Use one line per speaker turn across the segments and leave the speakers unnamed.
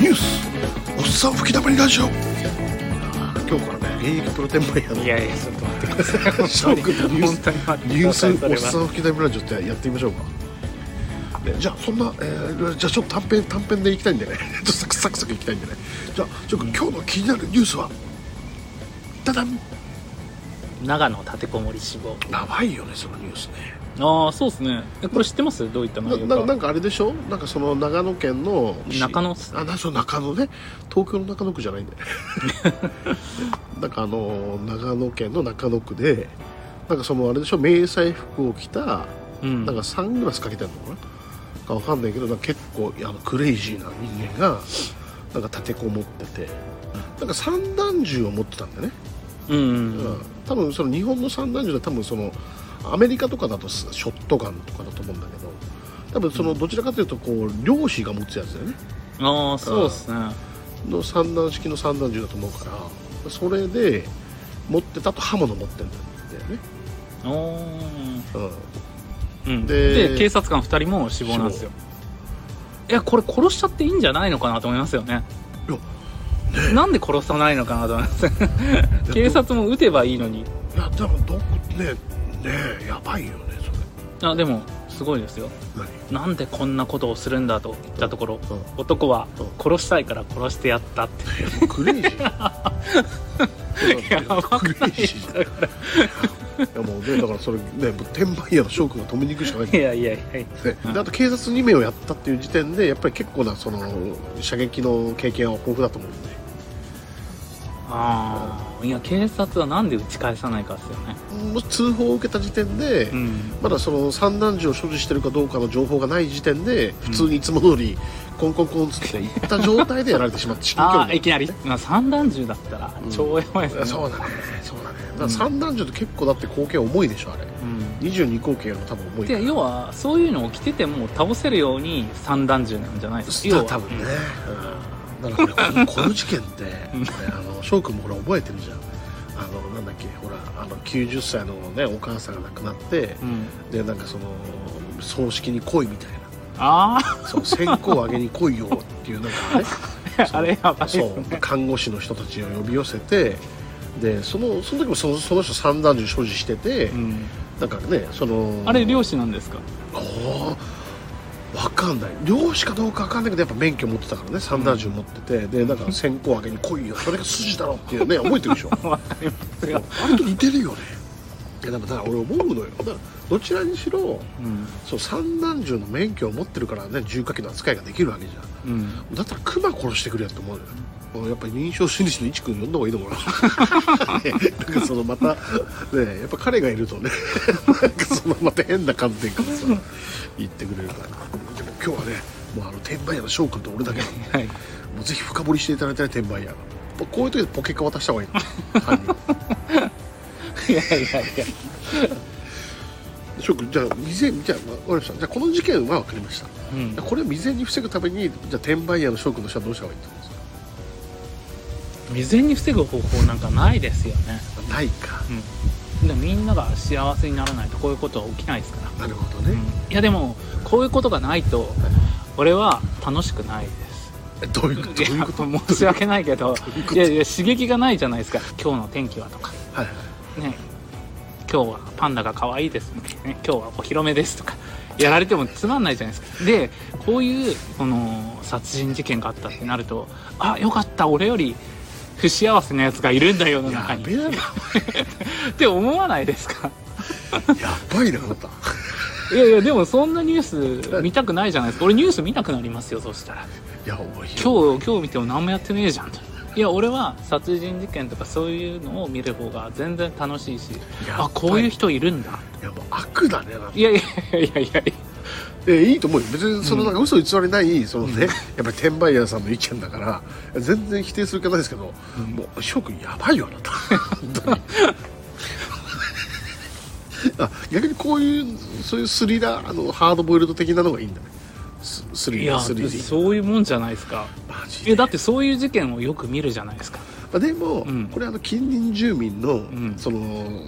ニュースおっさん吹き溜まりラジオ今日からね現役プロテンマイヤーの
いやいや、ちょっと待ってください。本
翔くんの
当に
ニュー
本
ス
当に待って
ニュース
ください
おっ
それは
さん吹き溜まりラジオってやってみましょうかねじゃあそんな、えーじゃあちょっと短編短編でいきたいんでねちょっとサクサクサクいきたいんでねじゃあ翔くん今日の気になるニュースはダダン
長野立てこもり死亡。
長いよねそのニュースね
ああ、そうですね。えこれ知ってますどういった
な
内容
な
か。
なんかあれでしょなんかその長野県の
中野っす
あなそう中野ね東京の中野区じゃないんだよ なんかあの長野県の中野区でなんかそのあれでしょ迷彩服を着た
うん
なんかサングラスかけてるのかな、かわかんないけどなんか結構あのクレイジーな人間がなんか立てこもっててなんか散弾銃を持ってたんだよね
うんうん
うん多分その日本の散弾銃は多分そのアメリカとかだとショットガンとかだと思うんだけど多分そのどちらかというとこう漁師が持つやつだよね
うん。ああ、そうですね。
の散弾式の散弾銃だと思うからそれで持ってたと刃物持ってるんだよね、
おー
う
うん、
で
で警察官2人も死亡なんですよいやこれ殺しちゃっていいんじゃないのかなと思いますよね
いや
なんで殺さないのかなと思います
ん、
警察も撃てばいいのに
いやでもどこねねやばいよねそれ
あでもすごいですよ
何
なんでこんなことをするんだと言ったところ
うん
男は
うん
殺したいから殺してやったって
いやもうクレイジーいや
やばく
ク
な
レイジー
いだか
いやもうねだからそれねもう転売屋の翔くんが止めに行くしかない
らいやいやいやい
ね
うん
であと警察2名をやったっていう時点でやっぱり結構なその射撃の経験は豊富だと思うんで、
ああいや警察はなんで打ち返さないかですよね
もし通報を受けた時点で、
うん
まだその散弾銃を所持してるかどうかの情報がない時点で普通にいつも通りコンコンコンつって行った状態でやられてしまって至近距
あ
離
あいきなり、まあ、散弾銃だったら超やばいですね、
そうだねそうだねだから散弾銃って結構だって口径重いでしょあれ
うん
22口径よりも多分重いから
で要はそういうのを着てても倒せるように散弾銃なんじゃないですか要は
多分ね、うん、だから ねこのこの事件ってこれあの翔くんもほら覚えてるじゃんあのなんだっけほらあの90歳のねお母さんが亡くなって
う、ん、
でなんかその葬式に来いみたいな
ああ
そう線香をあげに来いよっていうなんかね
あれやばいです
そ
ね
う看護師の人たちを呼び寄せてでそのその時もそのその人散弾銃所持してて、
うん、
なんかねその
あれ漁師なんですか
おわかんない漁師かどうかわかんないけどやっぱ免許持ってたからね散弾銃持ってて、でなんか線香あげに来いよそれが筋だろって いうね覚えてるでしょ
わかりますよ、
あれと似てるよねいやでもだから俺思うのよだからどちらにしろ
うん
そう散弾銃の免許を持ってるからね重火器の扱いができるわけじゃん
うん、
だったらクマ殺してくれやと思うのよ俺やっぱり認証心理師の一君呼んだ方がいいと思うよねなんかそのまたねやっぱ彼がいるとねなんかそのまた変な観点からさ言ってくれるからでも今日はねもうあの転売屋の翔くんと俺だけなんで
はい
もうぜひ深掘りしていただいたい転売屋のこういう時でポケカ渡した方がいいの犯人
いやいやいや
翔くんじゃあ未然じゃあわかりましたじゃあこの事件は分かりました
うん
これを未然に防ぐためにじゃあ転売屋の翔くんとしてはどうした方がいいと思うんですか
未然に防ぐ方法なんかないですよね
ないか
うんでみんなが幸せにならないとこういうことは起きないですか
な
ら、
るほどね、
いやでもこういうことがないと俺は楽しくないです
えどういうどういうこと
いや申し訳ないけど
ういうこと
いやいや刺激がないじゃないですか今日の天気はとか
はいはい
ね今日はパンダが可愛いですね今日はお披露目ですとかやられてもつまんないじゃないですかでこういうこの殺人事件があったってなるとあよかった俺より不幸せなやつがいるんだよ世の中に
やべえな
って思わないですか
やばいなあなた
いやいやでもそんなニュース見たくないじゃないですか俺ニュース見なくなりますよそしたら
いやおい
今日今日見ても何もやってねえじゃんといや俺は殺人事件とかそういうのを見る方が全然楽しいし
やっぱり
あこういう人いるんだ
いやもう悪だねなん
いやいやいやいやい
えいいと思うよ別にそのなんか嘘偽りない、そのねやっぱり転売屋さんの意見だから全然否定する気はないですけど、もう翔くんやばいよあなた本当にあ逆にこういうそういうスリラーあのハードボイルド的なのがいいんだねスス
や
リ
い
ラ
や
ースリリー
そういうもんじゃないですか
マジで
えだってそういう事件をよく見るじゃないですか
まあ、でも、
ん
これあの近隣住民の、
ん
その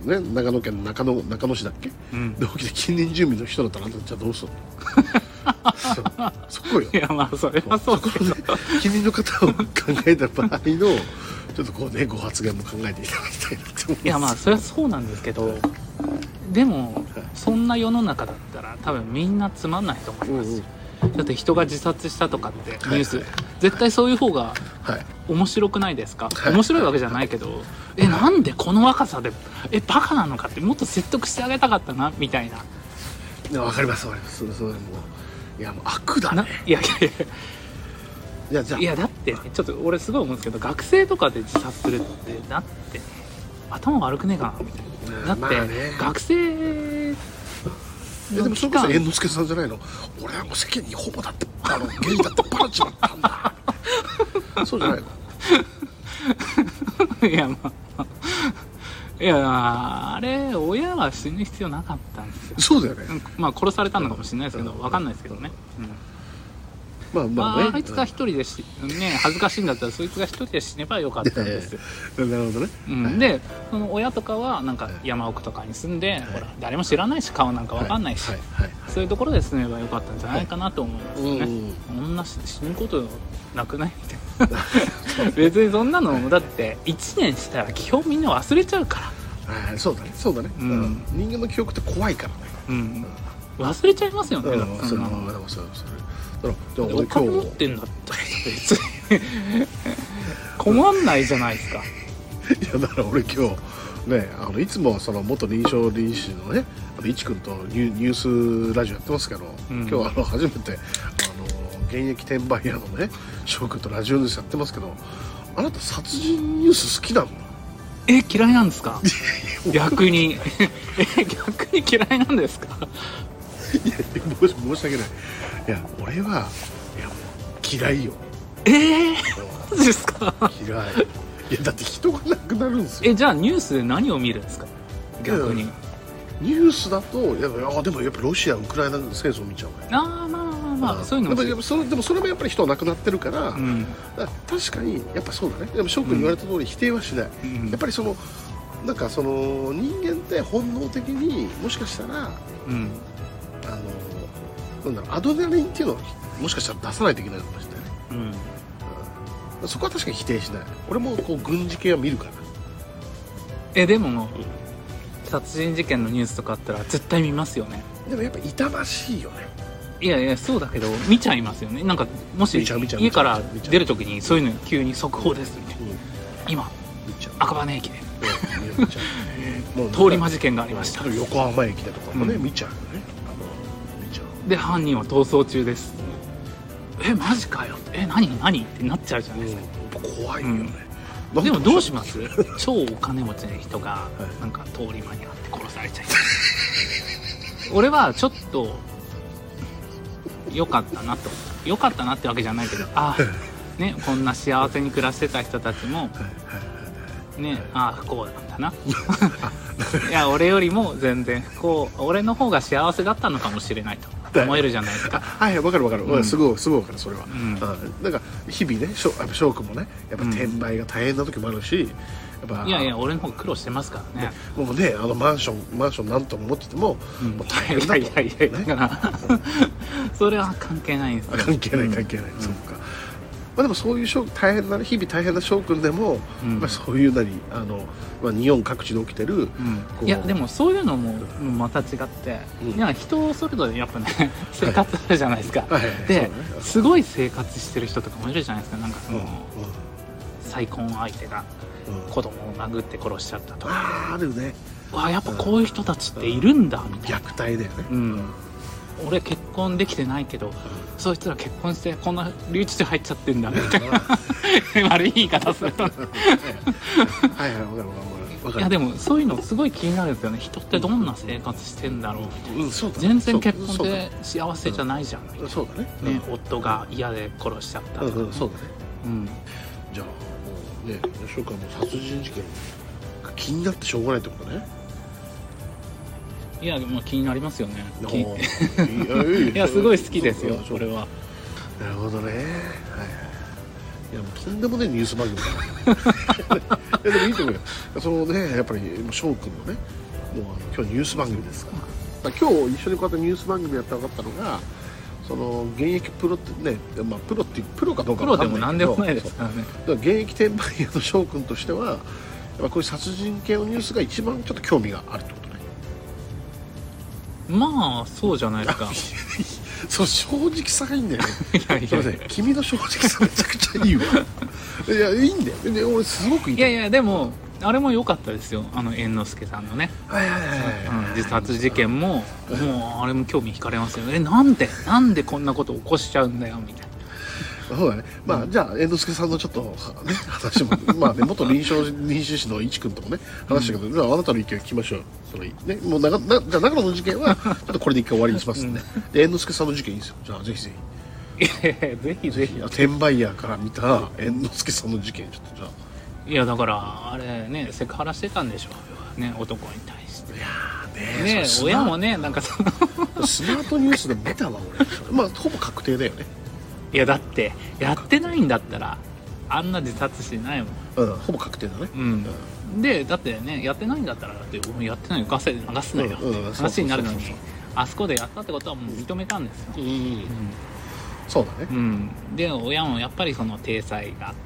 ね長野県の中野中野市だっけ、
うん
で起きて近隣住民の人だったらあんたじゃあどうするのそうそこよ
いやまあそれはそうだけど
こで君の方を考えた場合のちょっとこうねご発言も考えていただきたいなと思います
いやまあそれはそうなんですけどでもそんな世の中だったら多分みんなつまんないと思いますよ、だって人が自殺したとかってニュース、
はいは
絶対そういう方が
はい
面白くないですか
はい
面白いわけじゃないけどえなんでこの若さでえバカなのかってもっと説得してあげたかったなみたいない
やわかりますわかりますそれそれもういやもう悪だ
な
ね
いやいやい
いやじゃ
や
あ
いやだってねちょっと俺すごい思うんですけど学生とかで自殺するってなってね頭悪くねえかなみたい
うん
なだって、
まあね
学生
えで
の
もそ
期
れこそ
間
猿之助さんじゃないの俺はもう世間にホモだってあのゲイだってバラちまったん だそうじゃないの
いやまあまあいやあれ親は死ぬ必要なかったんですよ
そうだよね
うんまあ殺されたのかもしれないですけど
うん
わかんないですけどね、うん
まあま
ま
あね、
あ、あいつが一人でし、ね、恥ずかしいんだったらそいつが一人で死ねばよかったんですよ、
うんなるほどね、
うん、
はい
でその親とかはなんか山奥とかに住んで、ほら誰も知らないし顔なんかわかんないし、
はいはい
そういうところで住めばよかったんじゃないかなと思いますよね、
うんうん
こんな死死ぬことなくないみたい な別にそんなのだって1年したら基本みんな忘れちゃうから
はいそうだねそうだね、
うん
うん人間の記憶って怖いからね
うん、忘れちゃいますよね、
うん、
だって
そ
そ
れ
ん
は
な
それ
の
はそれはそれだから
で
じゃあ
お金
俺
持ってんだったら別に困んないじゃないですか
いやだから俺今日ねあのいつもその元臨床臨士のねあのいちくんとニュニュースラジオやってますけど、
うん
今日あの初めてあの現役転売屋のね翔くんとラジオニュースやってますけどあなた殺人ニュース好きなの
え嫌いなんですか逆にえ逆に嫌いなんですか
いや申し申し訳ないいや俺はいやもう嫌いよ
ええマジですか
嫌いいやだって人が亡くなるんですよ
えじゃあニュースで何を見るんですか逆に、
うんニュースだとやっぱあでもやっぱロシアウクライナ戦争見ちゃうね
ああまあまあまあ、
ん
そういうのも
でもそれでもそれもやっぱり人は亡くなってるから、
うん
だから確かにやっぱそうだねでも翔くんに言われた通り否定はしない、
うん
やっぱりそのなんかその人間って本能的にもしかしたらあ
うん
のなんだろうアドレナリンっていうのをもしかしたら出さないといけないのかもしれないね、
うん
うんそこは確かに否定しない俺もこう軍事系は見るから
えでも殺人事件のニュースとかあったら絶対見ますよね
でもやっぱ痛ましいよね
いやいやそうだけど見ちゃいますよねなんかもし
見ちゃう見ちゃう
家から
見ちゃう見ちゃう
出るときにそういうの急に速報ですみたいな
うん
今
見ちゃう
赤羽駅で
うん見ちゃうもう
通り魔事件がありました
横浜駅だとかもね、
うん
見ちゃうよねあの見ちゃう
で犯人は逃走中ですえマジかよえ何何ってなっちゃうじゃないですか、
うん、怖いよね、なん
で
か
もどうします超お金持ちの人が
い
なんか通り魔にあって殺されちゃいました俺はちょっと良かったなと良かったなってわけじゃないけどああねこんな幸せに暮らしてた人たちもねああ不幸なんだないや俺よりも全然不幸俺の方が幸せだったのかもしれないと思えるじゃないです か
はいわかるわかる、
うん
うんすごいすごいわかるそれは、
ん
うんなんか日々ねしょやっぱ翔くんもねやっぱ転売が大変な時もあるし、やっぱ
いやいや俺の方が苦労してますからね
もうねあのマンションマンションなんとも持ってても,、
うん
もう大変
い
だ
や
と
いやいやいやだ
ね
から それは関係ないんですよ
あ 関係ない
うん
関係ない、そうか、まあ、でもそういう翔大変なね日々大変な翔くんでも、
うん
まあ、そういうなりあの、まあ、日本各地で起きてる、こう
いやでもそういうのももうまた違って、
うん
なんか人それぞれやっぱね生活あるじゃないですか、
はいはいはい
で、
そうね
すごい生活してる人とかもいるじゃないですかなんかそ
うん
の、
うん
再婚相手が
うん
子供を殴って殺しちゃったとか、
あーあるね
わあやっぱこういう人たちっているんだみたいな、
虐待だよね、
うん、俺結婚できてないけど、そいつら結婚してこんな留置所入っちゃってんだみたいな悪い言い方すると
はいはいわかるわかるわかるわかる
いやでもそういうのすごい気になるんですよね人ってどんな生活してんだろうみたいな
うんそうだね
全然結婚
そうだ
で
ね
幸せじゃないじゃん、みたい
そうだね
なね、夫が嫌で殺しちゃった
うん
とか、
うんうんそうだね
うん
じゃあもうね吉岡も殺人事件が気になってしょうがないってことね
いやでも気になりますよね きい
い
やすごい好きですよ
そ
こ
う
れは
なるほどねはいいやもうとんでもねえニュース番組 だないやでもいいと思うよそのねやっぱりもう翔くんのねもうあの今日ニュース番組ですからだから今日一緒にこうやってニュース番組やったら分かったのがその現役プロってね、まあ、プロってプロかどうか
プ
わ
ロ
か
で
ん
も
ないけ
何で
ど
もないですからね
だから現役転売屋の翔くんとしてはやっぱこういう殺人系のニュースが一番ちょっと興味があるってことね
まあそうじゃないですか
そう正直さがいいんだよね
いやい
すい
や
ません君の正直さめちゃくちゃいいわ いやいいんだよで俺すごくいい
い
と
や
思
いやでもあれも良かったですよあの猿之助さんのね、
うはいはいはい
うん
はい、
自殺事件ももうあれも興味惹かれますよねえなんでなんでこんなこと起こしちゃうんだよみたいな
そうだねまあ、じゃあ猿之助さんのちょっと、ね、話もまあね元臨床臨床士の一君ともね話したけど、じゃああなたの意見聞きましょうそれねもうななじゃあ長野の事件はちょっとこれで一回終わりにしますんで,、で猿之助さんの事件いいですよじゃあぜひぜひ
いやいやぜひぜ
ぜひ転売ヤーから見た猿之助さんの事件ちょっとじゃあ
ひいやだからあれねセクハラしてたんでしょうね男に対して
ね
ね
それス
親
マ
もねなんかその
スマートニュースで見たわ俺そ れまあほぼ確定だよね
いやだってやってないんだったらあんな自殺しないもん
うんほぼ確定だね
うんでだってねやってないんだったらだって俺もやってないよガセで流すなよって
うんうん
話になるのに
そうそうそう
あそこでやったってことはもう認めたんですよ
うん、そうだね
うん、で親もやっぱりその体裁があって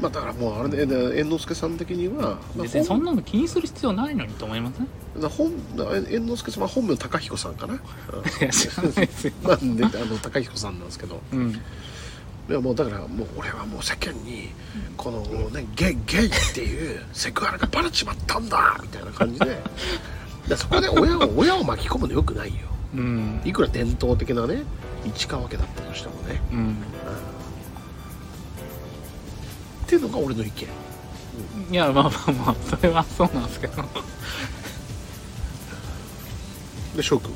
まあだからもうあれねで猿之助さん的には、まあ、
別にそんなの気にする必要ないのにと思いません
だ本え猿之助様本名高彦さんかな、
いや知らないですよ、
なんであの高彦さんなんですけど
うん、
いやもうだからもう俺はもう世間にこのねゲイゲイっていうセクハラがバレちまったんだみたいな感じで でそこで親を親を巻き込むのよくないよ
うん
いくら伝統的なね市川家だったとしてもね
うん
っていうのが俺の意見
いやまあまあまあそれはそうなんですけど
で翔くんは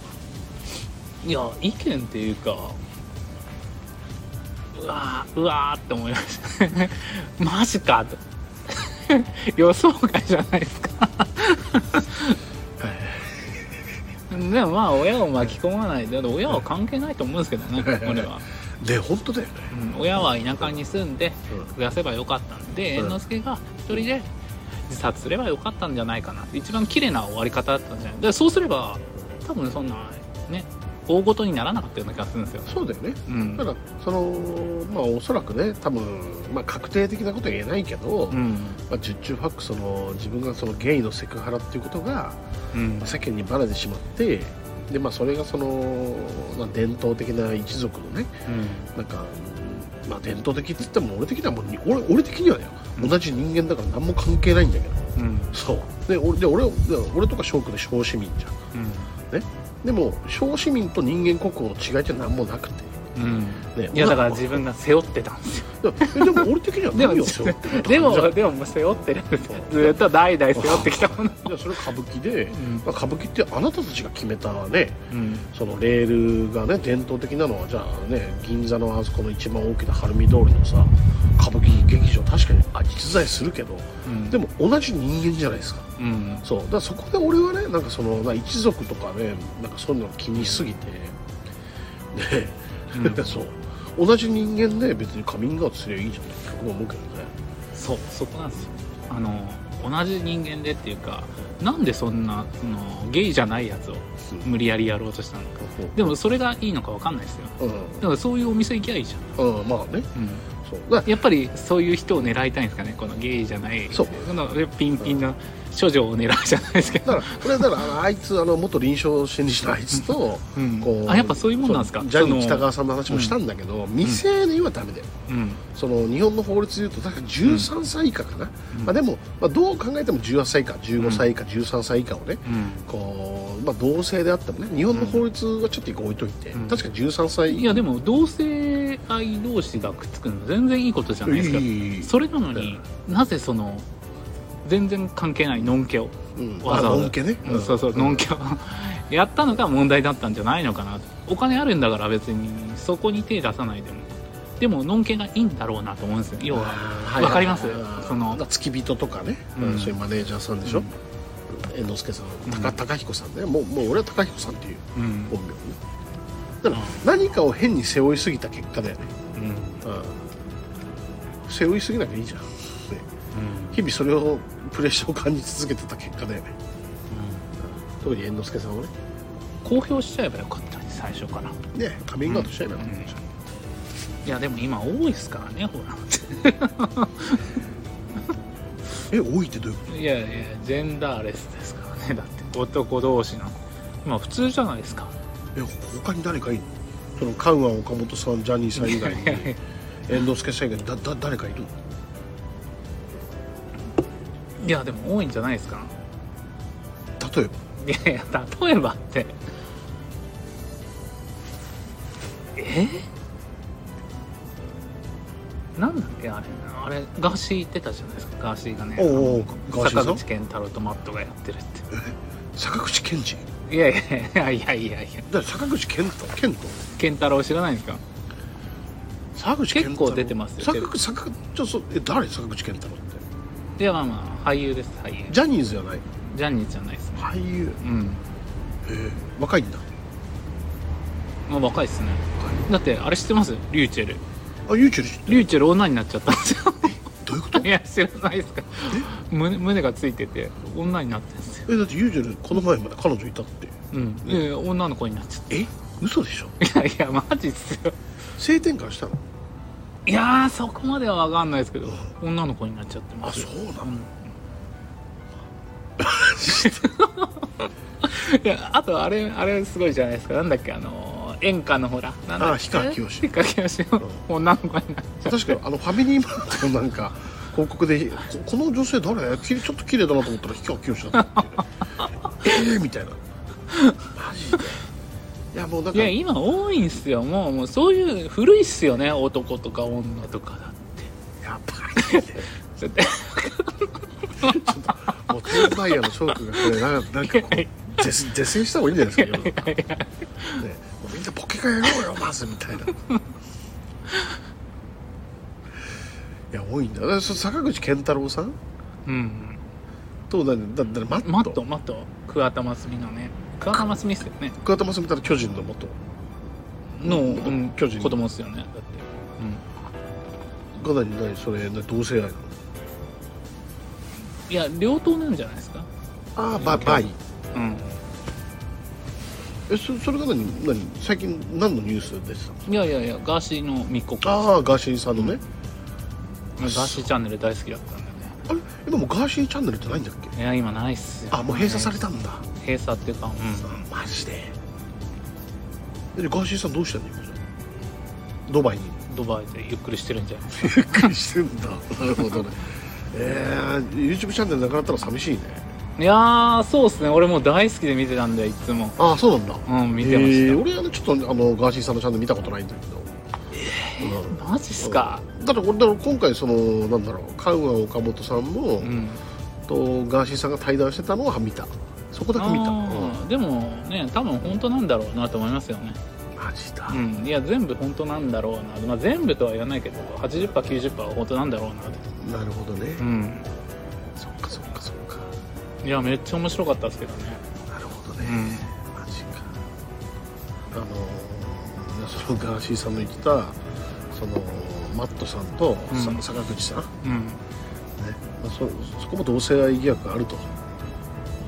い
や意見っていうかうわーうわーって思いました ねマジかと予想外じゃないですかでもまあ親を巻き込まないで親は関係ないと思うんですけどね俺は、
ね本当だよね
うん、親は田舎に住んで
うん
暮らせばよかったんで
うん
猿之助が一人で自殺すればよかったんじゃないかな一番綺麗な終わり方だったんじゃないでそうすれば多分そんなね大ごとにならなかったような気がするんですよ
そうだよね
うん
ただそのまあおそらくね多分まあ確定的なことは言えないけど、
うん
まあ、十中八九その自分がそのゲイのセクハラっていうことが
うん
世間にバレてしまってで、まあ、それがその、まあ、伝統的な一族のねなんか、うんまあ、伝統的って言っても俺的にはもうに俺俺的にはね
うん
同じ人間だから何も関係ないんだけど
うんうん
そうで俺で俺で俺とか翔くんで小市民じゃんでも小市民と人間国宝の違いじゃ何もなくて。
うん
ね
いやだから
俺
自分が背負ってたんですよ
いやでも俺的には
でも
何を
自
背負って
分
た
で
じゃ
も
あ
でも背負ってるんですよずっと代々背負ってきた もの
じゃあそれ歌舞伎で、
ん
まあ、歌舞伎ってあなたたちが決めたね
うん
そのレールがね伝統的なのはじゃあね銀座のあそこの一番大きな晴海通りのさ歌舞伎劇場確かにあ実在するけど
うん
でも同じ人間じゃないですか
うん
そうだからそこで俺はねなんかそのな一族とかねなんかそういうの気にしすぎてね、
うん
そう同じ人間で別にカミングアウトすればいいじゃんって僕は思うけどね
そうそこなんですよあの同じ人間でっていうかなんでそんなそのゲイじゃないやつを無理やりやろうとしたのかでもそれがいいのかわかんないですよだからそういうお店行きゃいいじゃん、
うん、うん、まあね
うん、
そうだ
やっぱりそういう人を狙いたいんですかねこのゲイじゃない
そう
のピンピンの処女を狙うじゃないですけど、
だからこれはだからあのあいつあの元臨床心理士のあいつと、
うん
こう
あやっぱそういうもんなんですか
そうジャニー
その
北川さんの話もしたんだけど、未成年はダメだよ
うん
その日本の法律でいうと確か13歳以下かな、
うん
まあ、でも、まあ、どう考えても18歳以下15歳以下、13歳以下をね
うん
こう、まあ、同性であってもね日本の法律はちょっと一個置いといて、
うん
確か13歳
いやでも同性愛同士がくっつくの全然いいことじゃないですか
いい
それなのになぜその全然関係ないのんけを
うん
わざわ
あ
ざ
のんけね、
うんそうそう、のんきを やったのが問題だったんじゃないのかなとお金あるんだから別にそこに手出さないでもでものんけがいいんだろうなと思うんですよ要は
は
わかりますその
付き人とかね、
うん
そういうマネージャーさんでしょ、
うん
猿之助さん
ん
高高彦さんねもうもう俺は高彦さんっていう
うん、
本名ねだから何かを変に背負いすぎた結果だよね、
うんうん
うん、背負いすぎなきゃいいじゃん、ね日々それをプレッシャーを感じ続けてた結果だよね特に猿之助さんはね
公表しちゃえばよかったのにさ最初から
ねカミングアウトしちゃえばよかったでしょ
いやでも今多いですからねほ
え多いってどういうこ
ら いやいやジェンダーレスですからねだって男同士のまあ普通じゃないですか
とえ他に誰かいるのそのカウアン岡本さんジャニーさん以外に 猿之助さん以外にだだ誰かいるの
いやでも多いんじゃないですか
例えば
いやいや例えばってえなんだっけあれあれガーシー言ってたじゃないですかガーシーがね
おうおう
あの
ガーシーさん
坂口健太郎とマットがやってるっ
坂口健二
ていやいやいやいやいやいや
だから坂口健太健太
健太郎知らないんですか
坂口健太
結構出てますよ
坂口坂口ちょそうえ誰坂口健太郎って
いやまあまあ俳優です俳優
ジャニーズじゃない
ジャニーじゃないですね
俳優
うん
えー若いんだ
もう若いっすねだってあれ知ってますリューチェル
あ YouTube 知って
リューチェル女になっちゃったんですよ
どういうこと
いや知らないですか胸胸がついてて女になってんですよ
えだって YouTube この前まで彼女いたって
うん、
ん
え女の子になっちゃっ
え嘘でしょ
た いやいやマジっすよ
性転換したの
いやーそこまでは分かんないですけど女の子になっちゃってま
あ
す
そうなの、
んいや あとあれあれすごいじゃないですかなんだっけあのー演歌のほらなんだっ
あ
け
氷川きよし
氷川きよしの女の子になっちゃった
確かにあのファミリーマートのなんか広告でこ「この女性誰きちょっと綺麗だなと思ったら氷川きよしだったっていうねええみたいなマジでいやもうなん
い
か
や今多いんすよもうもうそういう古いっすよね男とか女とかだっ
やばいね
てちょっと
もうテーバイヤーの翔くんがこれなんかなんかこう是是正した方がいいんじゃないですか世の 中ねもうみんなポケカやろうよまずみたいないや多いんだよだからそ坂口健太郎さん
うん
となんだだだマット
マットマット桑田真澄のね桑田真澄っすよね
桑田真澄たら巨人の元
の、うん、
巨人
子供っすよねだって
かなり何それ同性愛なの
うんいや両党なんじゃないですか
ああババイ
うん
えそそれが何何最近何のニュースでしたの
いやいやいやガーシーの密告ガ
ああガーシーさんのね、
ーシーチャンネル大好きだったんだよね
あれ今もうガーシーチャンネルってないんだっけ
いや今ないっすよ
あもう閉鎖されたんだ、
閉鎖っていうかうん
あマジでえでガーシーさんどうしたんだよ今じゃあドバイに
ドバイでゆっくりしてるんじゃないですか
ゆっくりしてんだなるほ どねえー、YouTube チャンネルなくなったら寂しいね
いやーそうっすね俺もう大好きで見てたんでいつも
ああそうなんだ
うん見てました
えー俺はねちょっとあのガーシーさんのチャンネル見たことないんだけどえー
マジっすか
だって俺だから今回そのなんだろうカウアン岡本さんも、
うん
とガーシーさんが対談してたのは見たそこだけ見た、
あーでもね多分本当なんだろうなと思いますよね
うんマジだ、
うんいや全部本当なんだろうな、まあ、全部とは言わないけど 80%90% は本当なんだろうな
な
と
るほどね、
うん
そっかそっかそっか
いやめっちゃ面白かったですけどね
なるほどね、マジかあのーそのガーシーさんの言ってたそのマットさんと、
うん
さ坂口さん、ね
うん
まあ、そそこも同性愛疑惑があると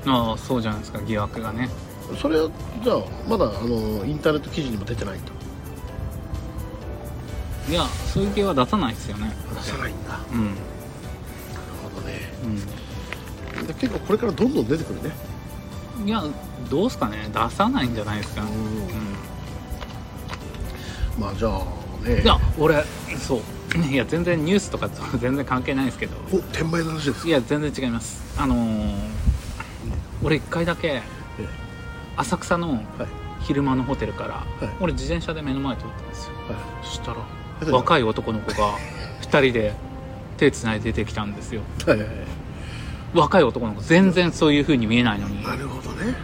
ああそうじゃないですか疑惑がね
それはじゃあまだあのインターネット記事にも出てないと
いやそういう系は出さないですよね
出さないんだなる
うん
ほどね
う
で結構これからどんどん出てくるね
んいやどうすかね出さないんじゃないですかうん
まあじゃあね
いや俺そう いや全然ニュースとかと全然関係ないですけど
お転売の話です
いや全然違いますあのー、俺一回だけ
え
浅草の
はい
昼間のホテルから、
い
俺自転車で目の前通ったんですよ
は
そしたら
い
若い男の子 が2人で手つないで出てきたんですよ
はいはいはい
若い男の子全然そういう風に見えないのに
なるほどね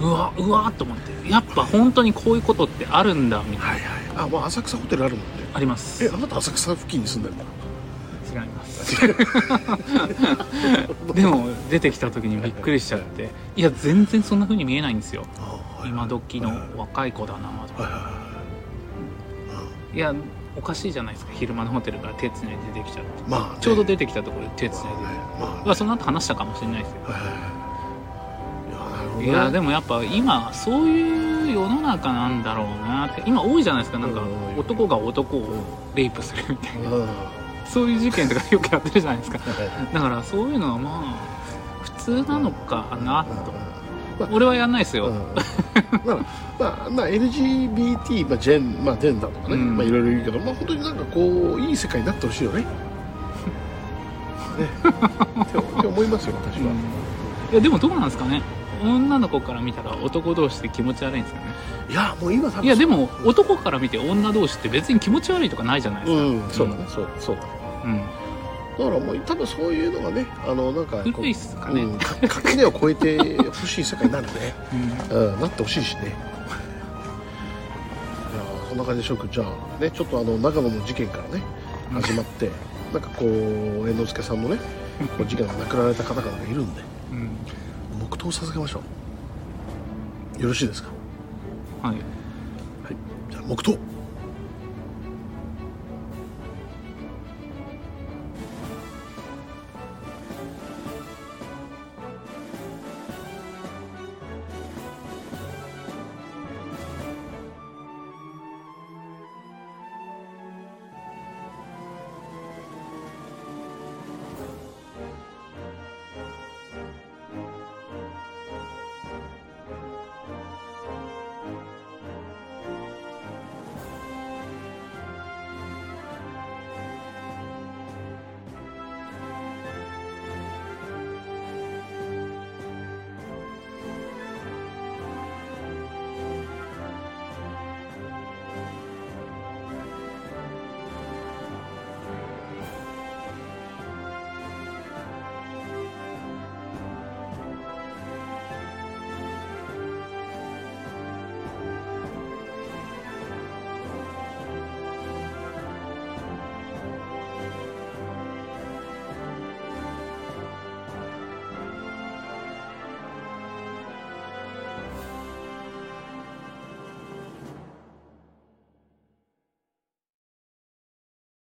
うわうわーっと思ってやっぱ本当にこういうことってあるんだみたいな
はいはいあまあ浅草ホテルあるもんね
あります
え
違
あなた浅草付近に住んでるんだ
います でも出てきた時にびっくりしちゃっていや全然そんな風に見えないんですよ
ああ
今時の若い子だなと
はい
か
はいはい
やおかしいじゃないですか昼間のホテルから手つないで出てきちゃって
いまあね
ちょうど出てきたところで手つないで出てきた
まあ
まあその後話したかもしれないですよ
はいはいはいいやなるほどね
いやでもやっぱ今そういういう世の中なんだろうなって今多いじゃないですかなんか
うん
男が男をレイプするみたいな
うん
そういう事件とかよくやってるじゃないですか
はい
だからそういうのはまあ普通なのかなと
うんうん
俺はやんないですよ、
うんだからまあ、まあ、LGBT、まあ、ジェン、まあ、ジェンダーとかね、
うん
まあ、いろいろ言うけど、まあ、本当になんかこう、いい世界になってほしいよ ね。ね。ってって思いますよ、私は。
いやでもどうなんですかね女の子から見たら男同士って気持ち悪いんですよね
いや、もう今多分
いやでも男から見て女同士って別に気持ち悪いとかないじゃないで
う
すか
ん、そうだね、そう、そうだね。
うん、
だからもう、多分そういうのがね、あの、なんかこう、
古いっすかね、
うん、か垣根を越えてほしい世界になるね。
うん
うん、なってほしいしね。いや ーそんな感じでしょうじゃあねちょっとあの長野の事件からね
うん
始まって、なんかこう猿之助さんのねこう事件が亡くなられた方々がいるんで
うん
黙祷させましょうよろしいですかは
はい
いじゃあ黙祷